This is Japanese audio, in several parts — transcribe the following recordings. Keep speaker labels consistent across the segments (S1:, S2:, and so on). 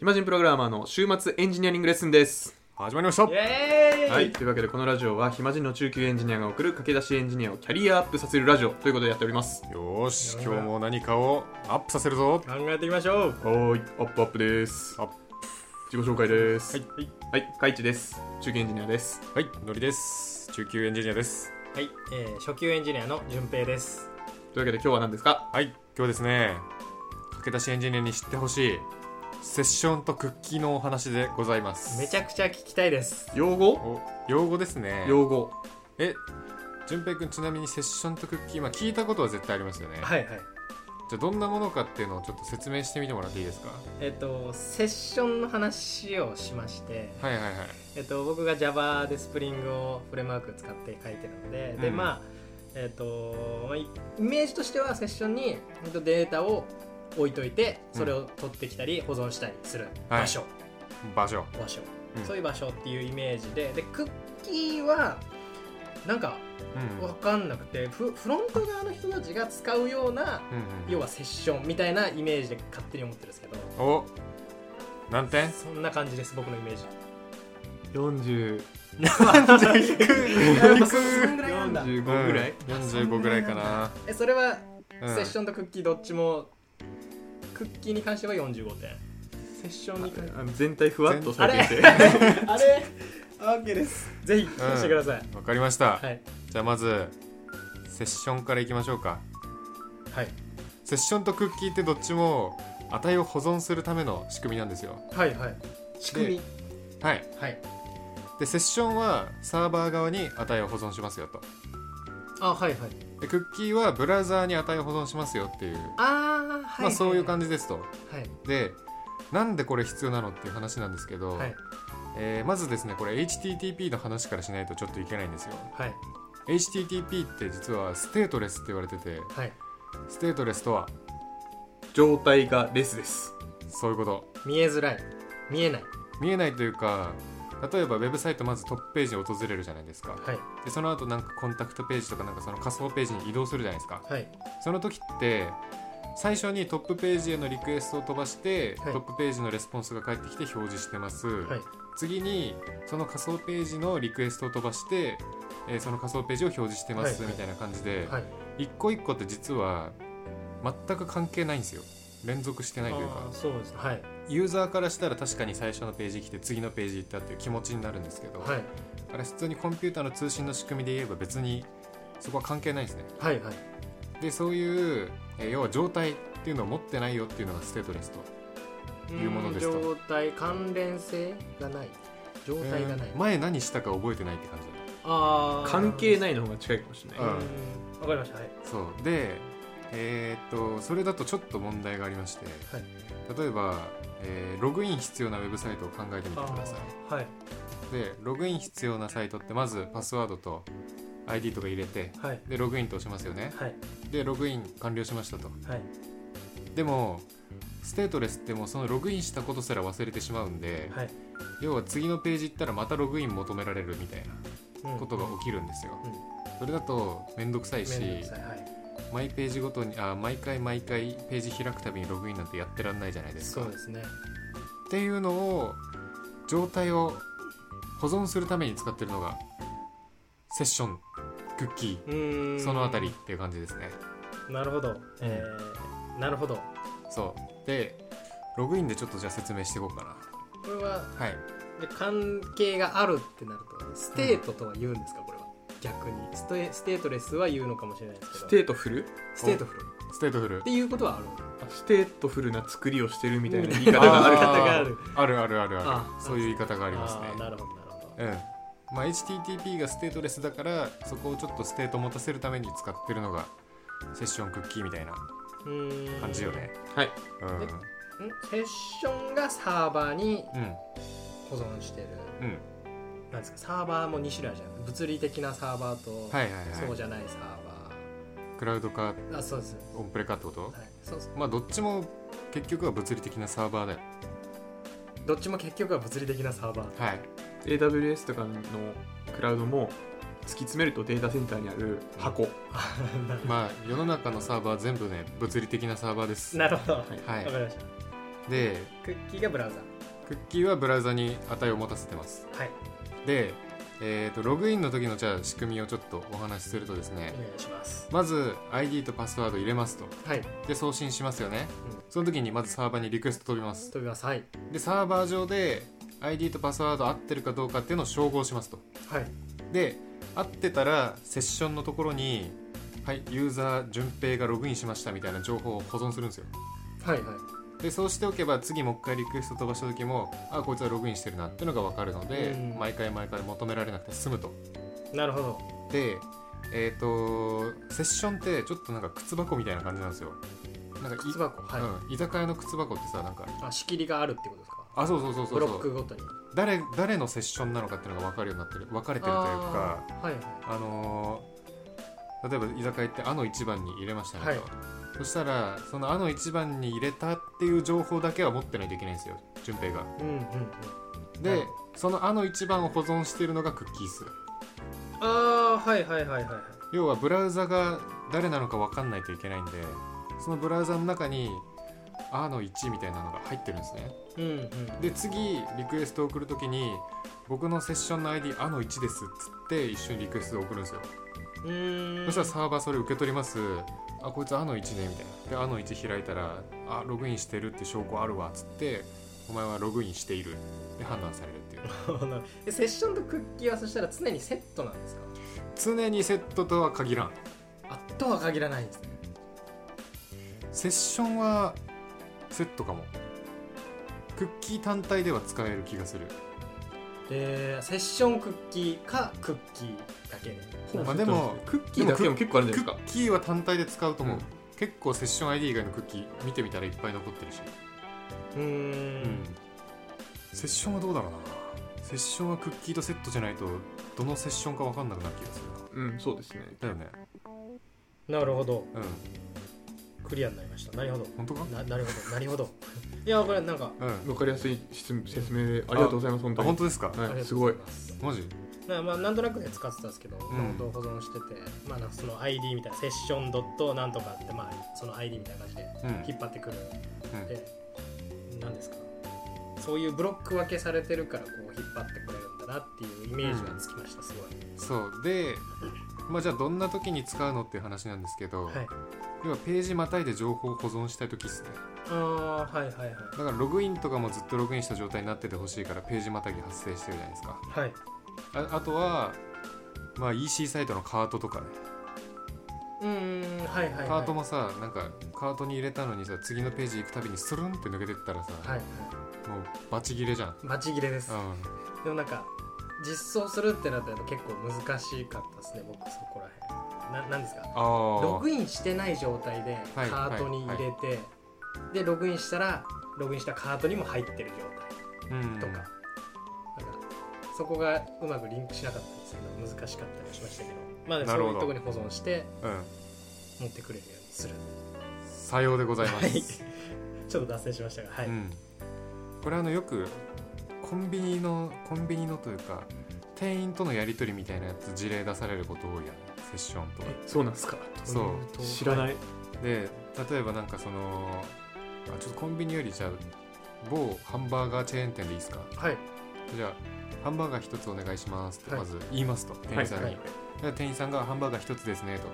S1: 暇人プログラマーの週末エンジニアリングレッスンです
S2: 始まりました
S3: イエーイ、
S1: はい、というわけでこのラジオは暇人の中級エンジニアが送る駆け出しエンジニアをキャリアアップさせるラジオということでやっております
S2: よーし今日も何かをアップさせるぞ
S3: 考えていきましょう
S1: はーいアップアップです
S2: アップ
S1: 自己紹介です
S2: はい
S3: はい、
S1: はい、カイチです中級エンジニアです
S2: はいのりです中級エンジニアです
S3: はいえー、初級エンジニアの順平です
S1: というわけで今日は何ですか
S2: はい今日はですね駆け出しエンジニアに知ってほしいセッションとクッキーのお話でございます
S3: めちゃくちゃ聞きたいです
S1: 用語
S2: お用語ですね
S1: 用語
S2: え順平くんちなみにセッションとクッキー、まあ、聞いたことは絶対ありますよね、
S3: はいはい
S2: じゃあどんなものかっていうのをちょっと説明してみてもらっていいですか
S3: えっ、とセッションの話をしまして、
S2: はいはいはい
S3: えっと僕が Java で Spring をフレームワーク使って書いてるので、で
S2: うん
S3: まあえっ、とまあイイメージとしてはセッションにほんとデータを置いといてそれを取ってきたり保存したりする
S2: はい
S3: 場所、
S2: 場所
S3: 場所、
S2: うん
S3: そういう場所っていうイメージででクッキーはなんか
S2: うんうん
S3: 分かんなくてフフロント側の人たちが使うような
S2: うん
S3: 要はセッションみたいなイメージで勝手に思ってるんですけど
S2: うんお何点
S3: そんな感じです僕のイメージ
S1: 4045
S3: やっぱそんぐらいなんだ
S1: ぐらい、
S2: うん、45ぐらいかな、
S3: えそれは
S2: うん
S3: セッションとクッキーどっちもクッキーに関しては45点セッションに関して
S1: あの全体ふわっとされていて
S3: あれ OK ですぜひ聞してください、
S2: わかりました、
S3: はい
S2: じゃあまずセッションからいきましょうか
S3: はい
S2: セッションとクッキーってどっちも値を保存するための仕組みなんですよ
S3: はいはい仕組み
S2: はい
S3: はい
S2: でセッションはサーバー側に値を保存しますよと
S3: あはいはい
S2: でクッキーはブラウザーに値を保存しますよっていう、
S3: あーはい
S2: まあ、そういう感
S3: じ
S2: じですと
S3: はい
S2: でなんでこれ必要なのっていう話なんですけど、
S3: はい
S2: えーまずですねこれ HTTP の話からしないとちょっといけないんですよ
S3: はい
S2: HTTP って実はステートレスって言われてて
S3: はい
S2: ステートレスとは
S1: 状態がレスです
S2: そういうこと
S3: 見えづらい見えない
S2: 見えないというか例えばウェブサイトまずトップページに訪れるじゃないですか
S3: はい
S2: でその後なんかコンタクトページとかなんかその仮想ページに移動するじゃないですか
S3: はい
S2: その時って最初にトップページへのリクエストを飛ばして、
S3: はい
S2: トップページのレスポンスが返ってきて表示してます、
S3: はい
S2: 次にその仮想ページのリクエストを飛ばして、えーその仮想ページを表示してます、
S3: はい
S2: みたいな感じで、
S3: はい
S2: 一個一個って実は全く関係ないんですよ連続してないという
S3: あ
S2: か
S3: ーそうですねはい
S2: ユーザーからしたら確かに最初のページ来て次のページ行ったっていう気持ちになるんですけど、
S3: はい
S2: あれ普通にコンピューターの通信の仕組みで言えば別にそこは関係ないんですね
S3: はいはい
S2: でそういう、えー要は状態っていうのを持ってないよっていうのがステートレスというものですと
S3: うん状態関連性がない状態がない、
S2: うん前何したか覚えてないって感じだ
S3: あー
S1: 関係ないの方が近いかもしれ
S3: う
S1: なんい
S2: あ
S3: わかりましたはい
S2: そうでえーっとそれだとちょっと問題がありまして、
S3: はい
S2: 例えば、えーログイン必要なウェブサイトを考えてみてください
S3: はい
S2: でログイン必要なサイトってまずパスワードと ID とか入れて
S3: はい
S2: でログインと押しますよね
S3: はい
S2: でログイン完了しましたと
S3: はい
S2: でもステートレスってもうそのログインしたことすら忘れてしまうんで、
S3: はい
S2: 要は次のページ行ったらまたログイン求められるみたいな
S3: うん
S2: ことが起きるんですよ、
S3: うん
S2: それだと面倒くさいし
S3: めんどくさいはい
S2: 毎ページごとにあ毎回毎回ページ開くたびにログインなんてやってらんないじゃないですか
S3: そうですね
S2: っていうのを状態を保存するために使ってるのがセッションクッキ
S3: うー
S2: ー
S3: ん
S2: そのあたりっていう感じですね
S3: なるほど、えー、なるほど
S2: そうでログインでちょっとじゃあ説明していこうか
S3: これは
S2: なはい
S3: で関係があるってなるとステートとは言うんですか、これは逆にステステートレスは言うのかもしれないですけど
S1: ステートフル
S3: ステートフルっ
S2: ステートフル
S3: ていうことはある
S1: あステートフルな作りをしてるみたいな言い方がある
S3: 言い方がある
S2: あるあるあるあ
S3: あ
S2: るそういう言い方があ
S3: あ
S2: りますね
S3: ーなるほどなるほど
S2: うんまあ、HTTP がステートレスだからそこをちょっとステート持たせるために使ってるのがセッションクッキーみたいな
S3: うーん
S2: 感じよね
S1: はい
S2: うん
S3: でんセッションがサーバーに
S2: うん
S3: 保存してる
S2: うん
S3: なんですかサーバーも2種類あるじゃない物理的なサーバーと、
S2: はいはいは
S3: そう
S2: い
S3: じゃないサー
S2: クラウドか
S3: バーあそうです、
S2: オンプレかってこと
S3: はい、そうそう
S2: まあどっちも結局は物理的なサーバーだよ
S3: どっちも結局は物理的なサ ーバー
S2: はい
S1: AWS とかのクラウドも突き詰めるとデータセンターにある箱、
S2: まあ世の中のサーバー全部ね物理的なサーバーです
S3: なるほど、
S1: い
S2: はい
S3: わかりました
S2: で
S3: クッキーがブラウザ
S2: クッキーはブラウザに値を持たせてます
S3: はい
S2: で、えー、とログインの時のじゃあ仕組みをちょっとお話しするとですね
S3: お願いします
S2: まず ID とパスワード入れますと
S3: はい
S2: で送信しますよね、
S3: うん
S2: その時にまずサーバーにリクエスト飛びます
S3: 飛びますはい
S2: でサーバー上で ID とパスワード合ってるかどうかっていうのを照合しますと
S3: はい
S2: で合ってたらセッションのところにはいユーザー順平がログインしましたみたいな情報を保存するんですよ
S3: はいはい
S2: でそうしておけば次もう一回リクエスト飛ばした時もあこいつはログインしてるなっていうのが分かるので、
S3: うん
S2: 毎回毎回求められなくて済むと
S3: なるほど
S2: でえっ、とセッションってちょっとなんか靴箱みたいな感じなんですよなんかい
S3: 靴箱はい、
S2: うん、居酒屋の靴箱ってさなんか
S3: あ仕切りがあるってことですか
S2: あそうそうそうそう
S3: ブロ
S2: そ
S3: ッ
S2: う
S3: クごとに
S2: 誰誰のセッションなのかっていうのが分かるようになってる分かれてるというか
S3: あーはいはい
S2: あのー例えば居酒屋行って「あの一番」に入れましたねと、
S3: はい
S2: そしたらその「あの一番」に入れたっていう情報だけは持ってないといけないんですよ順平が
S3: うんうんうん
S2: で、
S3: はい
S2: その「あの一番」を保存しているのがクッキー数
S3: ああーはいはいはいはいはい
S2: 要はブラウザが誰なのか分かんないといけないんでそのブラウザの中に「あ」の1みたいなのが入ってるんですね
S3: うんうん
S2: で次リクエストを送るときに僕のセッションの ID「あ」の1ですっつって一緒にリクエストを送るんですよ
S3: うーん
S2: そしたらサーバーそれ受け取ります。あ、こいつあの1ね、みたいな。で、あの1開いたら、あ、ログインしてるって証拠あるわ、つって、お前はログインしている。で、判断されるっていう。
S3: でセッションとクッキーはそしたら常にセットなんですか
S2: 常にセットとは限らん。
S3: あとは限らないんですね
S2: セッションは、セットかも。クッキー単体では使える気がする。
S3: えー、セッションクッキーかクッキーだけで
S2: まあでも、
S1: クッキーだけも結構あるんじゃ
S2: ク
S1: ないです
S2: ッ
S1: か
S2: キーは単体で使うと思う。
S1: うん
S2: 結構セッション ID 以外のクッキー見てみたらいっぱい残ってるし。
S3: うーん
S2: セッションはどうだろうなセッションはクッキーとセットじゃないとどのセッションか分かんなくなる気がする
S1: うんそうですね
S2: なだよね
S3: なるほど
S2: うん
S3: クリアになりましたなるほど
S2: 本当か
S3: ななるほどなるほど いやこれなんか
S2: うん
S1: わかりやすい説明ありがとうございます本
S2: あ本
S1: 当
S2: 当ですか、
S1: に
S3: あり
S1: はい
S3: が
S1: す
S3: とうご
S1: ご
S3: ざ
S1: い
S3: ます
S2: マジ
S3: なまあ、なんとなくね使ってたんですけど、
S2: ん
S3: 本当保存してて、まあ、なんかその ID みたいなセッションドットなんとかって、まあ、その ID みたいな感じで
S2: うん、うん
S3: 引っ張ってくるんで、なんですかそういうブロック分けされてるからこう引っ張ってくれるんだなっていうイメージがつきました、すごい、
S2: そうでまあじゃあどんな時に使うのっていう話なんですけど、
S3: はい
S2: 要はページまたいで情報を保存したい時ですね
S3: ああはいはいはい
S2: だからログインとかもずっとログインした状態になっててほしいからページまたぎ発生してるじゃないですか
S3: はい
S2: ああとはまあ EC サイトのカートとかね
S3: うーんはいはいはい
S2: カートもさなんかカートに入れたのにさ次のページ行くたびにスルンって抜けてったらさ、
S3: はいは
S2: もうバチ切れじゃん、
S3: い待ち切れです、
S2: う
S3: でもなんか実装するってなったら結構難しかったですね僕そこらへんななんですか
S2: ん、
S3: ログ
S2: イン
S3: インしてない状態でカ
S2: はい
S3: ートに入れて、でログインしたらログインしたカートにも入ってる状態とか,、なんかそこがうまくリンクしなかったんですけど難しかったりはしましたけどまあ
S2: な
S3: そ
S2: る
S3: う
S2: ほ
S3: いう
S2: ど
S3: とこに保存して
S2: うん、うん
S3: 持ってくれるようにする
S2: さようでございます、
S3: はいちょっと脱線しましたがはい、
S2: うん、これあのよくコンビニのコンビニのというか店員とのやり取りみたいなやつ事例出されること多いよねセッションとか
S1: そうなんですか
S2: そう
S1: 知らないい
S2: で例えばなんかそのあちょっとコンビニよりじゃあ某ハンバーガーチェーン店でいいですか
S3: はい
S2: じゃあハンバーガー一つお願いしますって
S3: はい
S2: まず言いますと、店員さんに、
S3: はい
S2: で店員さんが「ハンバーガー一つですね」と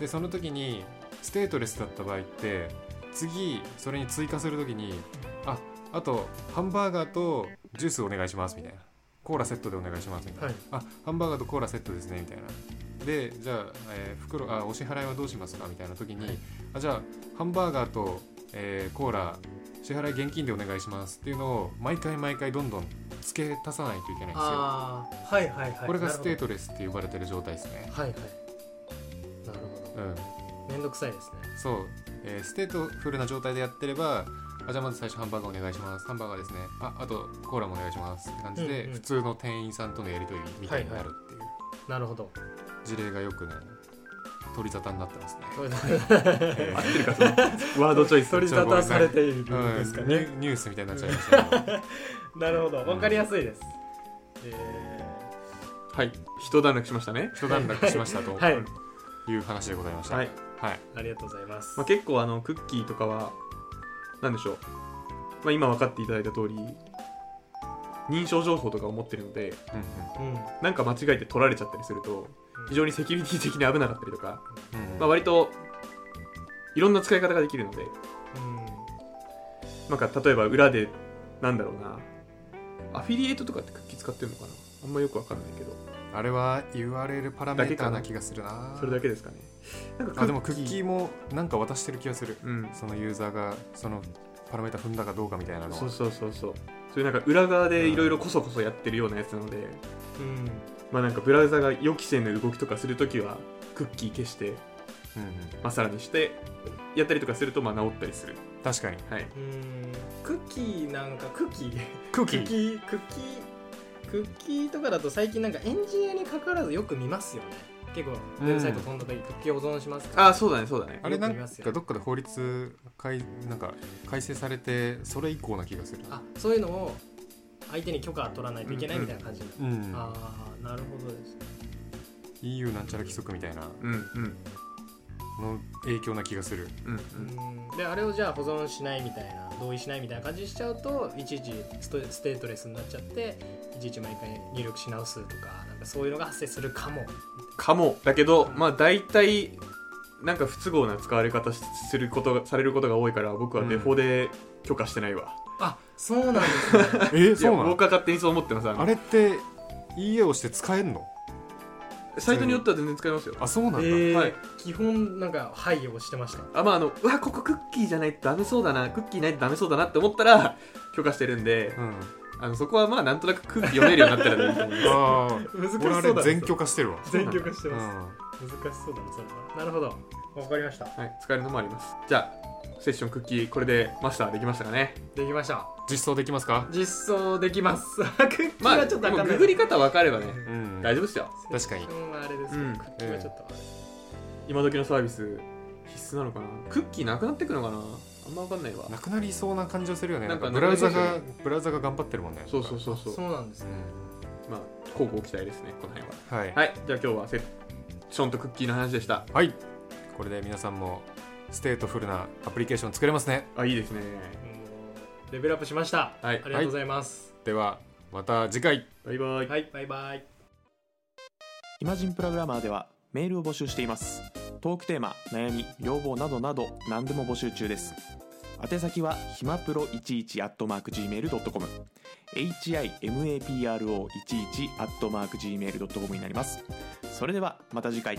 S2: でその時にステートレスだった場合って次それに追加する時に「ああとハンバーガーとジュースお願いします」みたいな「コーラセットでお願いします」みたいな
S3: はい
S2: 「あハンバーガーとコーラセットですね」みたいなでじゃあ、えー袋あお支払いはどうしますかみたいな時に、あじゃあハンバーガーと、えーコーラ支払い現金でお願いしますっていうのを毎回毎回どんどん付け足さないといけないんですよ
S3: ああはいはいはい
S2: これがステー
S3: ト
S2: トレスって呼ばれてる状態ですね
S3: はいはいなるほ
S2: うん
S3: どめんどくさいですね
S2: そう、えーステートフルな状態でやってればあじゃあまず最初ハンバーガーお願いしますハンバーガーですねああとコーラもお願いしますって感じで、
S3: うんうん
S2: 普通の店員さんとのやり取りみたいになるっていう
S3: なるほど
S2: 事例がよくね取り沙汰になってますね、
S3: これ
S2: え
S1: 合ってるかそのワードチョイス
S3: 取り沙汰されているん
S2: ーうん
S3: ですか
S2: ニ
S3: ね。
S2: ュニュースみたいになっちゃいましたけど
S3: なるほど、
S2: ん
S3: わかりやすいです。え
S1: はい一段落しましたね
S2: 一段落しましたと
S3: はい
S2: いう話でございました
S1: はい、
S2: はい
S3: ーありがとうございます。
S1: まあ、結構あのクッキーとかはなんでしょうまあ、今分かっていただいた通り認証情報とかを持ってるので
S3: うん
S1: なんか間違えて取られちゃったりすると非常にセキュリティ的に危なかったりとか、
S2: うんうん
S1: まあ、割といろんな使い方ができるのでなんか例えば裏でなんだろうなアフィリエイトとかってクッキー使ってるのかなあんまよく分かんないけど
S2: あれは URL パラメーターな気がするな
S1: それだけですかねなんか
S2: あでもクッキーもなんか渡してる気がする
S1: うん
S2: そのユーザーがそのパラメータ踏んだかどうかみたいなのは
S1: そうそうそうそうそういうなんか裏側でいろいろこそこそやってるようなやつなので、
S3: うん
S1: まあなんかブラウザが予期せぬ動きとかするときはクッキー消して、
S2: うんうん
S1: まあ、さらにしてやったりとかするとまあ治ったりする
S2: 確かに
S1: はい
S3: うんクッキーなんかクッキー
S2: クッ
S3: クッキークッキークッキーとかだと最近なんかエンジニアに関わらずよく見ますよね結構ウ
S2: うん
S3: ェブサイト飛んだ時クッキー保存しますか
S1: ああそうだねそうだね
S2: あれなん
S3: よく見ますよ
S2: かどっかで法律改なんか改正されてそれ以降な気がする
S3: あそういうのを相手に許可取らないといけないみたいな感じになる、
S2: うん
S3: ああなるほどですね
S2: EU なんちゃら規則みたいな
S1: うんうん
S2: の影響な気がする
S1: うん
S3: うんであれをじゃあ保存しないみたいな同意しないみたいな感じにしちゃうといちいちストステートレスになっちゃっていちいち毎回入力し直すとかなんかそういうのが発生するかも
S1: かもだけどまあ大体なんか不都合な使われ方しすることがされることが多いから僕はデフォで許可してないわ、
S3: あそうなんですね
S2: え
S1: いや
S2: そうなの
S1: 僕は勝手にそう思ってますあの
S2: あれって EA をして使えんの
S1: サイトによっては全然使えますよ
S2: あそうなんだ、
S3: えー
S1: はい
S3: 基本なんか「はい」をしてました
S1: あまああのうわここクッキーじゃないとダメそうだなクッキーないとダメそうだなって思ったら 許可してるんで
S2: うん、
S1: あのそこはまあなんとなく空気読めるようになったらいいと思いま
S2: ああ
S3: 難しそ
S2: 俺
S3: うだ
S2: あ
S3: ね
S2: れ全許可してるわ、
S1: それ
S3: 全力して
S2: うん、
S3: ます、
S2: は
S3: 難しそうだねそれはなるほどわかりました
S1: す、 はい、使えるのもありますじゃあセッションクッキーこれでマスターできましたかね
S3: できました
S2: 実装できますか
S3: 実装できます クッキー
S1: まあ
S3: はちょっ
S1: で
S3: とわ
S1: も
S3: かんない
S1: ググり方分かればね
S2: うん
S1: 大丈夫ですよ
S2: 確かに
S3: セッションはあれですけど、
S1: うん
S3: クッキーはちょっとあれです
S1: 今時のサービス必須なのかなクッキーなくなってくのかなあんま分かんないわ
S2: なくなりそうな感じはするよね
S1: な
S2: なんん
S1: か
S2: かブラウザ
S1: なくな
S2: が
S1: り
S2: ブラウザが頑張ってるもんね
S1: そうそうそうそう
S3: そうなんですね
S1: まあ交互期待ですねこの辺は
S2: うんはい、
S1: はいじゃあ今日はセッションとクッキーの話でした
S2: はい、これで皆さんもステートフルなアプリケーション作れますね
S1: あいいですね
S3: うんレベルアップしました、
S1: はい
S3: ありがとうございます、
S2: ではまた次回
S1: バイバイ
S3: はい、バイバイ
S4: イマジンプログラマーではメールを募集していますトークテーマ悩み要望などなど何でも募集中です宛先はひまプロ11 at mark gmail.com himapro11 at mark gmail.com になりますそれではまた次回